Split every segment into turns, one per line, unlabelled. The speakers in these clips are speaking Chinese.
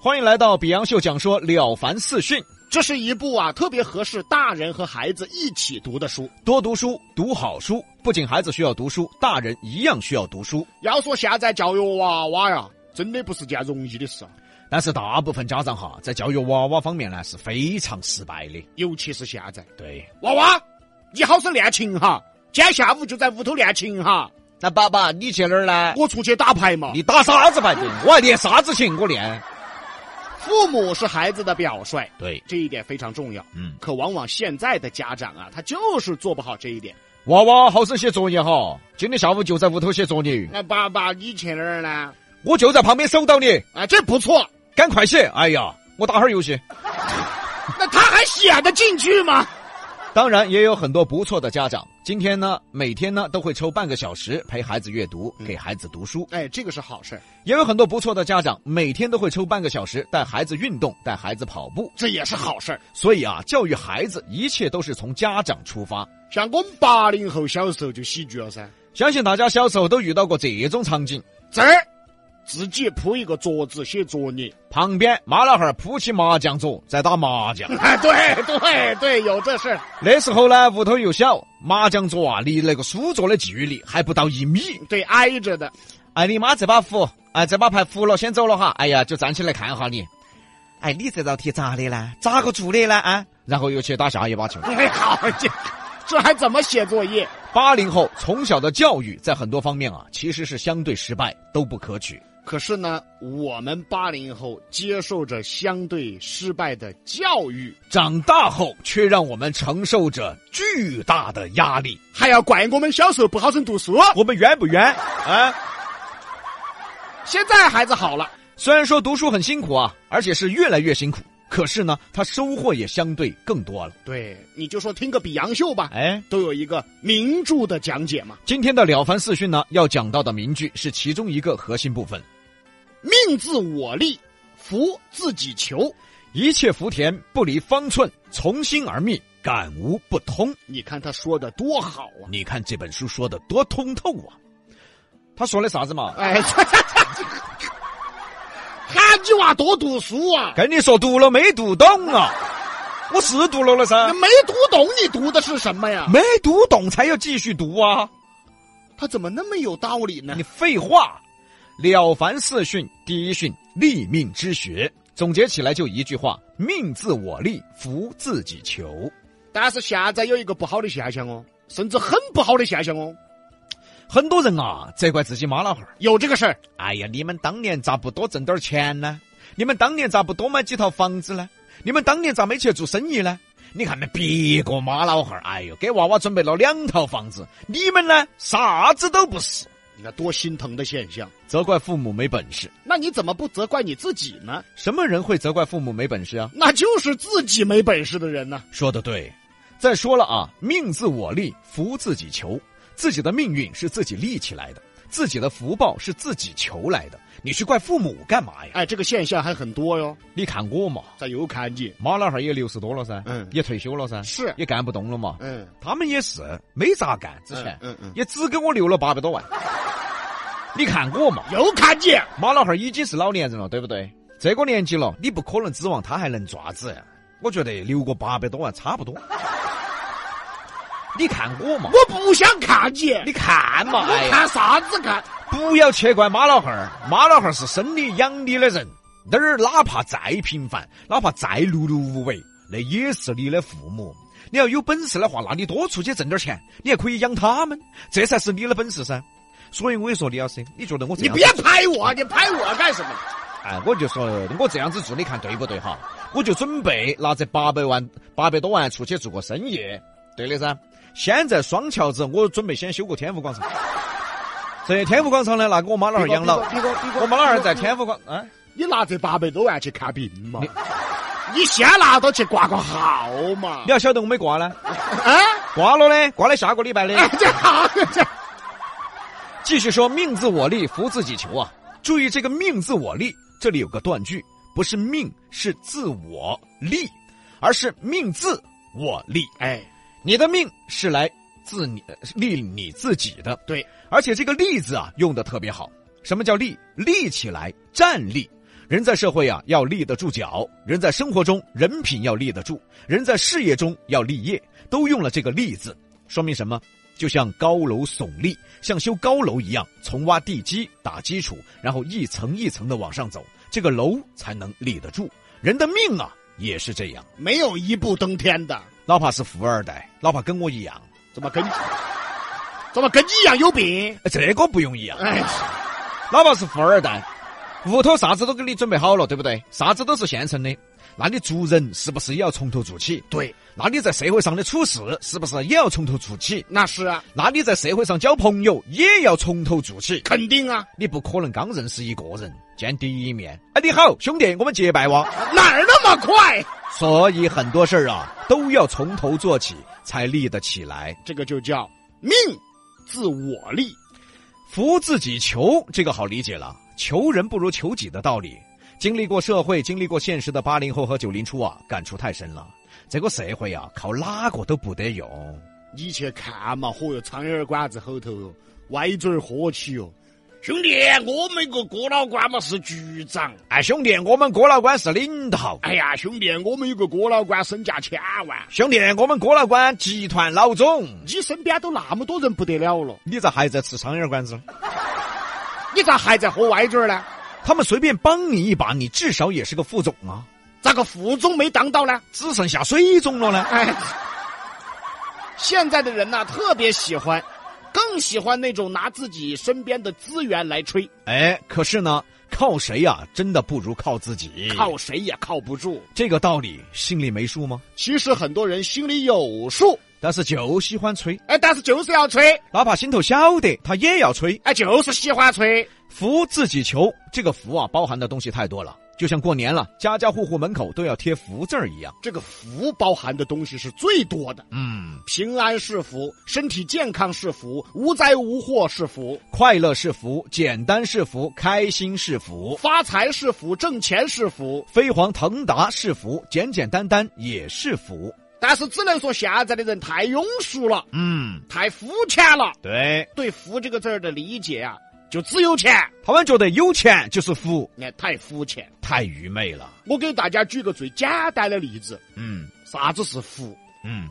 欢迎来到比洋秀讲说《了凡四训》，
这是一部啊特别合适大人和孩子一起读的书。
多读书，读好书。不仅孩子需要读书，大人一样需要读书。
要说现在教育娃娃呀，真的不是件容易的事啊，
但是大部分家长哈，在教育娃娃方面呢是非常失败的。
尤其是现在，
对，
娃娃，你好生练琴哈，今天下午就在屋头练琴哈，
那爸爸你去哪儿呢？
我出去打牌嘛。
你打啥子牌子？我还练啥子琴？我练。
父母是孩子的表率，
对，
这一点非常重要。
嗯，
可往往现在的家长啊，他就是做不好这一点。
娃娃好生写作业哈，今天下午就在屋头写作业，
那爸爸，你去哪儿呢？
我就在旁边守到你，
啊，这不错，
赶快写。哎呀，我打会儿游戏。
那他还写得进去吗？
当然，也有很多不错的家长。今天呢，每天呢都会抽半个小时陪孩子阅读，给孩子读书。
哎，这个是好事儿，
也有很多不错的家长，每天都会抽半个小时带孩子运动，带孩子跑步。
这也是好事儿。
所以啊，教育孩子一切都是从家长出发。
像我们八零后小时候就喜剧了噻，
相信大家小时候都遇到过这种场景：
这儿自己铺一个桌子写作业。
旁边妈老汉儿铺起麻将桌在打麻将，
哎， 对对 对，有这事儿。
那时候呢屋头又小，麻将桌啊离那个书桌的距离还不到一米。
对，挨着的。
哎，你妈这把胡，哎，这把牌胡了，先走了哈。哎呀，就站起来看一下你。哎，你这道题咋的呢？咋个做的呢？啊？然后又去打下一把球。
哎， 好这这还怎么写作业？
八零后从小的教育，在很多方面啊，其实是相对失败，都不可取。
可是呢，我们八零后接受着相对失败的教育，
长大后，却让我们承受着巨大的压力。
还要怪我们小时候不好生读书。
我们冤不冤？啊？
现在孩子好了，
虽然说读书很辛苦啊，而且是越来越辛苦，可是呢，他收获也相对更多了。
对，你就说听个比洋秀吧，
哎，
都有一个名著的讲解嘛。
今天的《了凡四训》呢，要讲到的名句是其中一个核心部分。
命自我立，福自己求。
一切福田不离方寸，从心而觅，感无不通。
你看他说的多好啊！
你看这本书说的多通透啊！他说的啥子嘛？
哎，这这这，喊你娃多读 书啊！
跟你说读了没读懂啊？我是读了了噻
那，没读懂，你读的是什么呀？
没读懂才要继续读啊！
他怎么那么有道理呢
你？废话，《了凡四训》第一训立命之学，总结起来就一句话：命自我立，福自己求。
但是现在有一个不好的现象哦，甚至很不好的现象哦，
很多人啊，责怪自己妈老汉儿。
有这个事儿。
哎呀，你们当年咋不多挣点儿钱呢？你们当年咋不多买几套房子呢？你们当年咋没去做生意呢？你看没别个妈老汉儿，哎呦，给娃娃准备了两套房子，你们呢，啥子都不是，
你看多心疼的现象。
责怪父母没本事。
那你怎么不责怪你自己呢？
什么人会责怪父母没本事啊？
那就是自己没本事的人呢、
说的对。再说了啊，命自我立，福自己求。自己的命运是自己立起来的，自己的福报是自己求来的。你去怪父母干嘛呀？
哎，这个现象还很多哟。
你看我嘛，
再又看你，
妈老汉儿也六十多了噻，
嗯
也退休了噻，
是
也干不动了嘛。
嗯，
他们也是没咋干，之前
嗯嗯嗯
也只给我留了八百多 万。你看我嘛，
又看你，
马老汉儿已经是老年人了，对不对？这个年纪了，你不可能指望他还能爪子呀。我觉得留个八百多万差不 多。你看我嘛，
我不想看你，
你看嘛，哎
我
呀，
看啥子看？
不要去怪马老汉儿，马老汉儿是生你养你的人，哪儿哪怕再平凡，哪怕再碌碌无为，那也是你的父母。你要有本事的话，那你多出去挣点钱，你还可以养他们，这才是你的本事噻。所以我跟你说，李老师，你觉得我这
你
样
别拍我，你拍我干什么？
哎，我就说我这样子做，你看对不对哈？我就准备拿这八百万、八百多万出去做个生意，对的噻。先在双桥子，我准备先修个天府 广场。这天府广场呢，那给我妈老汉儿养老，
比哥，比哥
我妈老汉儿在天府广，哎，
你拿这八百多万去看病嘛？你先拿到去挂个号嘛
你？要晓得我没挂呢，
啊？
挂了呢，挂了下个礼拜的。
哎，这好，这
继续说，命自我立，福自己求啊！注意这个“命自我立”，这里有个断句，不是命，是自我立，而是命自我立。
哎，
你的命是来自你呃立你自己的，
对，
而且这个“立”字啊用的特别好。什么叫立？立起来，站立。人在社会啊要立得住脚，人在生活中人品要立得住，人在事业中要立业，都用了这个“立”字，说明什么？就像高楼耸立，像修高楼一样，从挖地基、打基础，然后一层一层的往上走，这个楼才能立得住。人的命啊也是这样，
没有一步登天的，
哪怕是富二代，哪怕跟我一样，
怎么跟怎么跟你一样有病？
哎这个不用一样，
哎，
哪怕是富二代，屋头啥子都给你准备好了，对不对？啥子都是现成的，那你做人是不是也要从头做起？
对，
那你在社会上的处事是不是也要从头做起？
那是啊，
那你在社会上交朋友也要从头做起。
肯定啊，
你不可能刚认识一个人见第一面，哎，你好，兄弟，我们结拜哇！
哪儿那么快？
所以很多事儿啊，都要从头做起才立得起来。
这个就叫命自我立。
夫自己求，这个好理解了，求人不如求己的道理。经历过社会，经历过现实的八零后和九零初啊，感触太深了。这个社会啊，靠哪个都不得用。
你去看嘛，嚯哟，苍蝇儿馆子后头哟，歪嘴儿喝起哟。兄弟，我们个哥老倌嘛是局长。
哎，兄弟，我们哥老倌是领导。
哎呀，兄弟，我们有个哥老倌身价千万，
兄弟，我们哥老倌集团老总。
你身边都那么多人不得了了，
你咋还在吃苍蝇馆子？
你咋还在喝歪嘴儿呢？
他们随便帮你一把，你至少也是个副总啊，
咋个副总没当到呢？
只剩下水总了呢。
哎， 现在的人呐、特别喜欢，更喜欢那种拿自己身边的资源来吹，
哎，可是呢，靠谁呀、真的不如靠自己。
靠谁也靠不住。
这个道理心里没数吗？
其实很多人心里有数，
但是就喜欢吹，
哎，但是就是要吹，
哪怕心头晓得，他也要吹。
哎，就是喜欢吹。
福自己求，这个福啊，包含的东西太多了。就像过年了，家家户户门口都要贴福字儿一样。
这个福包含的东西是最多的，
嗯，
平安是福，身体健康是福，无灾无祸是福，
快乐是福，简单是福，开心是福，
发财是福，挣钱是福。
飞黄腾达是福，简简单单也是福。
但是只能说现在的人太庸俗了，
嗯，
太肤浅了，
对。
对“福”这个字儿的理解啊，就只有钱。
他们觉得有钱就是福，
哎，太肤浅。
太愚昧了。
我给大家举个最简单的例子，
嗯
啥子是福？
嗯，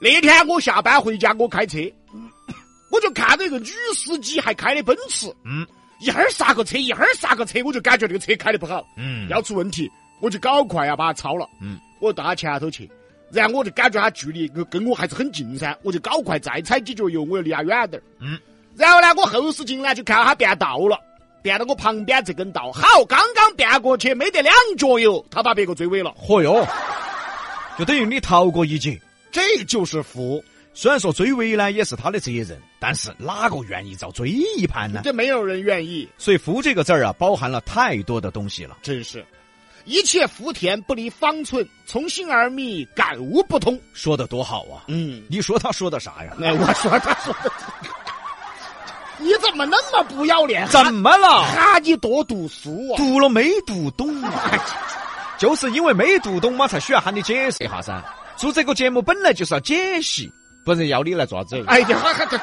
那天我下班回家，我开车， 我就看到一个女司机还开的奔驰，
嗯，
一会儿刹个车，一会儿刹个车，我就感觉这个车开的不好，
嗯
要出问题，我就搞快要把它超了，
嗯，
我到他前头去，然后我就感觉他距离跟跟我还是很近噻，我就搞快再踩几脚油，我要离他远点儿，
嗯，
然后呢，我后视镜呢就看到他变道了。变到我旁边这根道，好，刚刚变过去没得两脚油，他把别个追 尾了，
嚯哟，就等于你逃过一劫。
这就是福。
虽然说追尾呢也是他的责任，但是哪个愿意遭追一盘呢？
这没有人愿意，
所以“福”这个字儿啊，包含了太多的东西了。
真是。一切福田不离方寸，从心而觅，感无不通。
说的多好啊！
嗯，
你说他说的啥呀？
哎，我说他说的，你怎么那么不要脸？
怎么了？
哈，你多读书啊！
读了没读懂啊？ 就是因为没读懂嘛，才需要喊你解释一下噻。做这个节目本来就是要解析，不然要你来做啥子？
哎呀，这这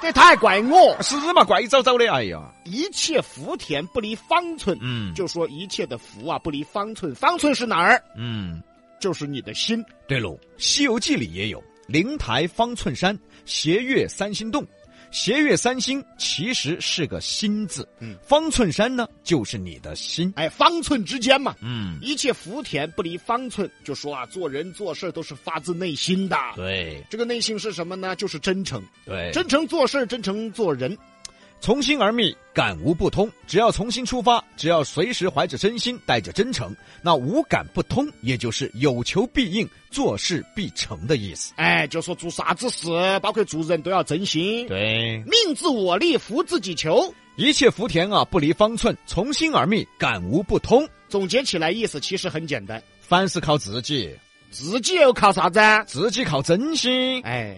这他还怪我。
是嘛，怪糟糟的。哎呀，
一切福田不离方寸，
嗯
就说一切的福啊不离方寸，方寸是哪儿？
嗯。
就是你的心。
对喽，《西游记》里也有“灵台方寸山，斜月三星洞”。斜月三星其实是个“心”字，
嗯
方寸山呢就是你的心。
哎，方寸之间嘛，
嗯，
一切福田不离方寸，就说啊，做人做事都是发自内心的。
对
这个内心是什么呢？就是真诚，
对，
真诚做事，真诚做人。
从心而觅，感无不通。只要从心出发，只要随时怀着真心，带着真诚，那无感不通，也就是有求必应，做事必成的意思。
哎，就说做啥子事，包括做人都要真心。
对，
命自我立，福自己求。
一切福田啊，不离方寸，从心而觅，感无不通。
总结起来意思其实很简单，
凡事靠自己，
自己又靠啥子啊？
自己靠真心。
哎，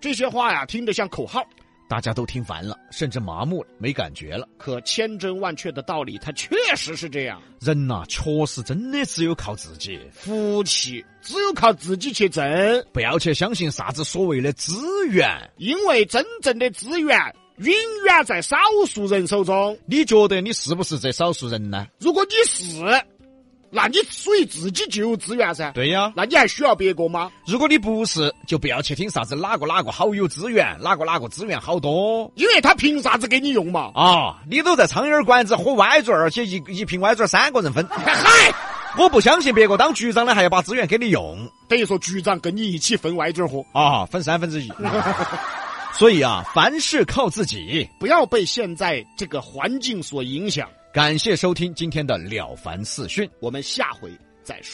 这些话呀，听着像口号，
大家都听烦了，甚至麻木了，没感觉了。
可千真万确的道理，它确实是这样。
人呐、确实真的只有靠自己，
福气只有靠自己去挣，
不要去相信啥子所谓的资源。
因为真正的资源永远在少数人手中。
你觉得你是不是这少数人呢？
如果你是，那你属于自己就有资源噻。
对呀、
那你还需要别个吗？
如果你不是，就不要去听啥子哪个哪个好有资源，哪个哪个资源好多
因为他凭啥子给你用嘛？
啊！你都在苍蝇馆子喝歪醉，而且一一瓶歪醉三个人分，
哎嗨，
我不相信别个当局长的还要把资源给你用
等于说局长跟你一起分外卷喝，
啊，分三分 之一。所以啊，凡事靠自己。
不要被现在这个环境所影响。
感谢收听今天的了凡四训。
我们下回再说。